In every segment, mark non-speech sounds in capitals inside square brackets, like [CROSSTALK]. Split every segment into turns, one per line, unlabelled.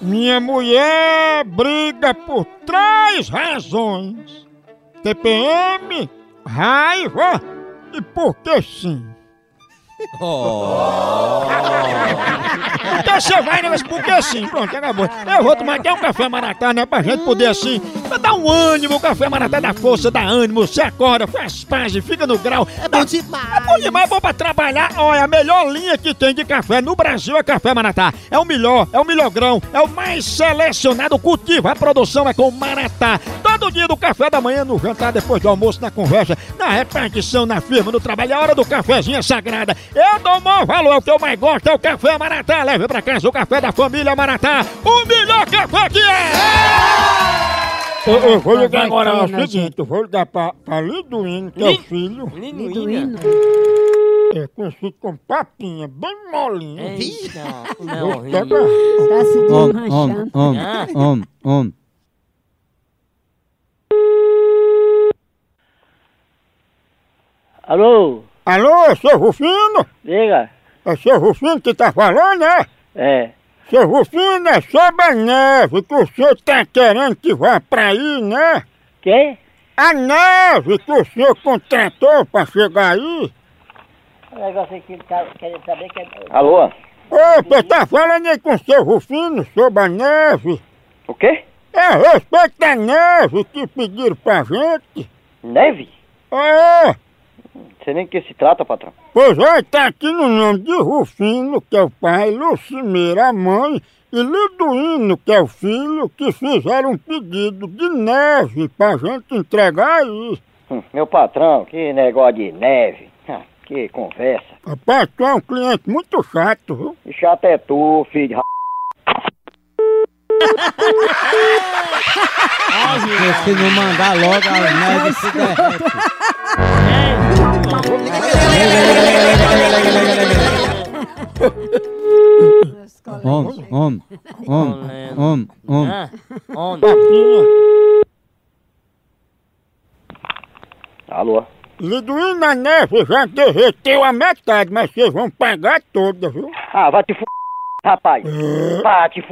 Minha mulher briga por três razões: TPM, raiva e porque sim.
Oh.
[LAUGHS] Então você vai, negócio, porque sim. Pronto, acabou. Eu vou tomar até um café maratá, né? Pra gente poder assim, pra dar um ânimo. O café maratá dá força, dá ânimo. Você acorda, faz paz, e fica no grau.
É bom
É
demais.
bom demais, é bom pra trabalhar. Olha, a melhor linha que tem de café no Brasil é Café Maratá. É o melhor, é o melhor grão, é o mais selecionado cultivo. A produção é com Maratá. Todo dia do café da manhã, no jantar, depois do almoço, na conversa, na repartição, na firma, no trabalho, é hora do cafezinho é sagrada. Eu dou maior valor, o que eu mais gosto é o Café Maratá. Leve pra casa o café da família Maratá. O melhor café que é! Eu, eu vou ligar agora, é o seguinte, eu vou ligar pra, pra Liduíno, que é o filho.
Linduína?
É conhecido como papinha, bem
É
molinha.
Eita,
Eu
É não,
pego
ri.
Tá se
Om, om,
desmanchando.
om,
Ah.
om, om.
Alô,
Alô, seu Rufino?
diga.
É seu Rufino que tá falando, né?
É,
Seu Rufino, é sobre a neve que o senhor tá querendo que vá pra aí, né?
quem?
A neve que o senhor contratou pra chegar aí.
O negócio aqui tá querendo saber que é... Alô,
Opa, tá falando aí com o seu Rufino sobre a neve.
o quê?
É a respeito da neve que pediram pra gente.
Neve?
É,
Não sei nem do que se trata, patrão.
Pois é, tá aqui no nome de Rufino, que é o pai, Lucimeira, a mãe, e Liduíno, que é o filho, que fizeram um pedido de neve pra gente entregar aí.
Hum, Meu patrão, que negócio de neve. Ah, Que conversa.
Rapaz, tu é um cliente muito chato, viu?
E chato é tu, filho de ra...
Se não mandar logo, a neve se derrete.
Os colegas.
Om, om, om, om, om.
Ah, on.
Papinha.
Alô?
Liduíno, a neve já derreteu a metade, mas vocês vão pagar toda, viu?
Ah, vai te f... rapaz. Vá te f...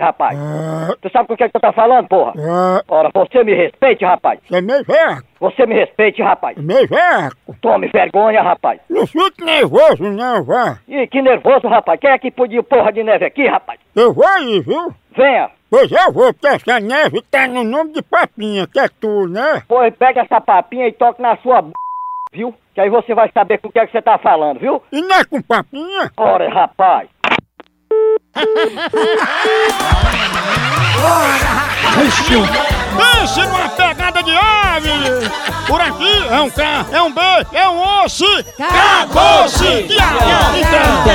rapaz.
Ah,
Tu sabe com o que é que tu tá falando, porra?
ah,
Ora, você me respeite, rapaz.
você é meio veaco,
Você me respeite, rapaz.
meio veaco.
Tome vergonha, rapaz.
Não fique nervoso não, vá.
Ih, que nervoso, rapaz. Quem é que pediu porra de neve aqui, rapaz?
Eu vou aí, viu?
Venha.
Pois eu vou, porque essa neve tá no nome de papinha, que é tu, né?
Pô, pega essa papinha e toque na sua b... viu? Que aí você vai saber com o que é que você tá falando, viu?
E não é com papinha?
Ora, rapaz.
Pense numa pegada de ave! Por aqui é um K, é um B, é um osso! Acabou-se! Acabou-se!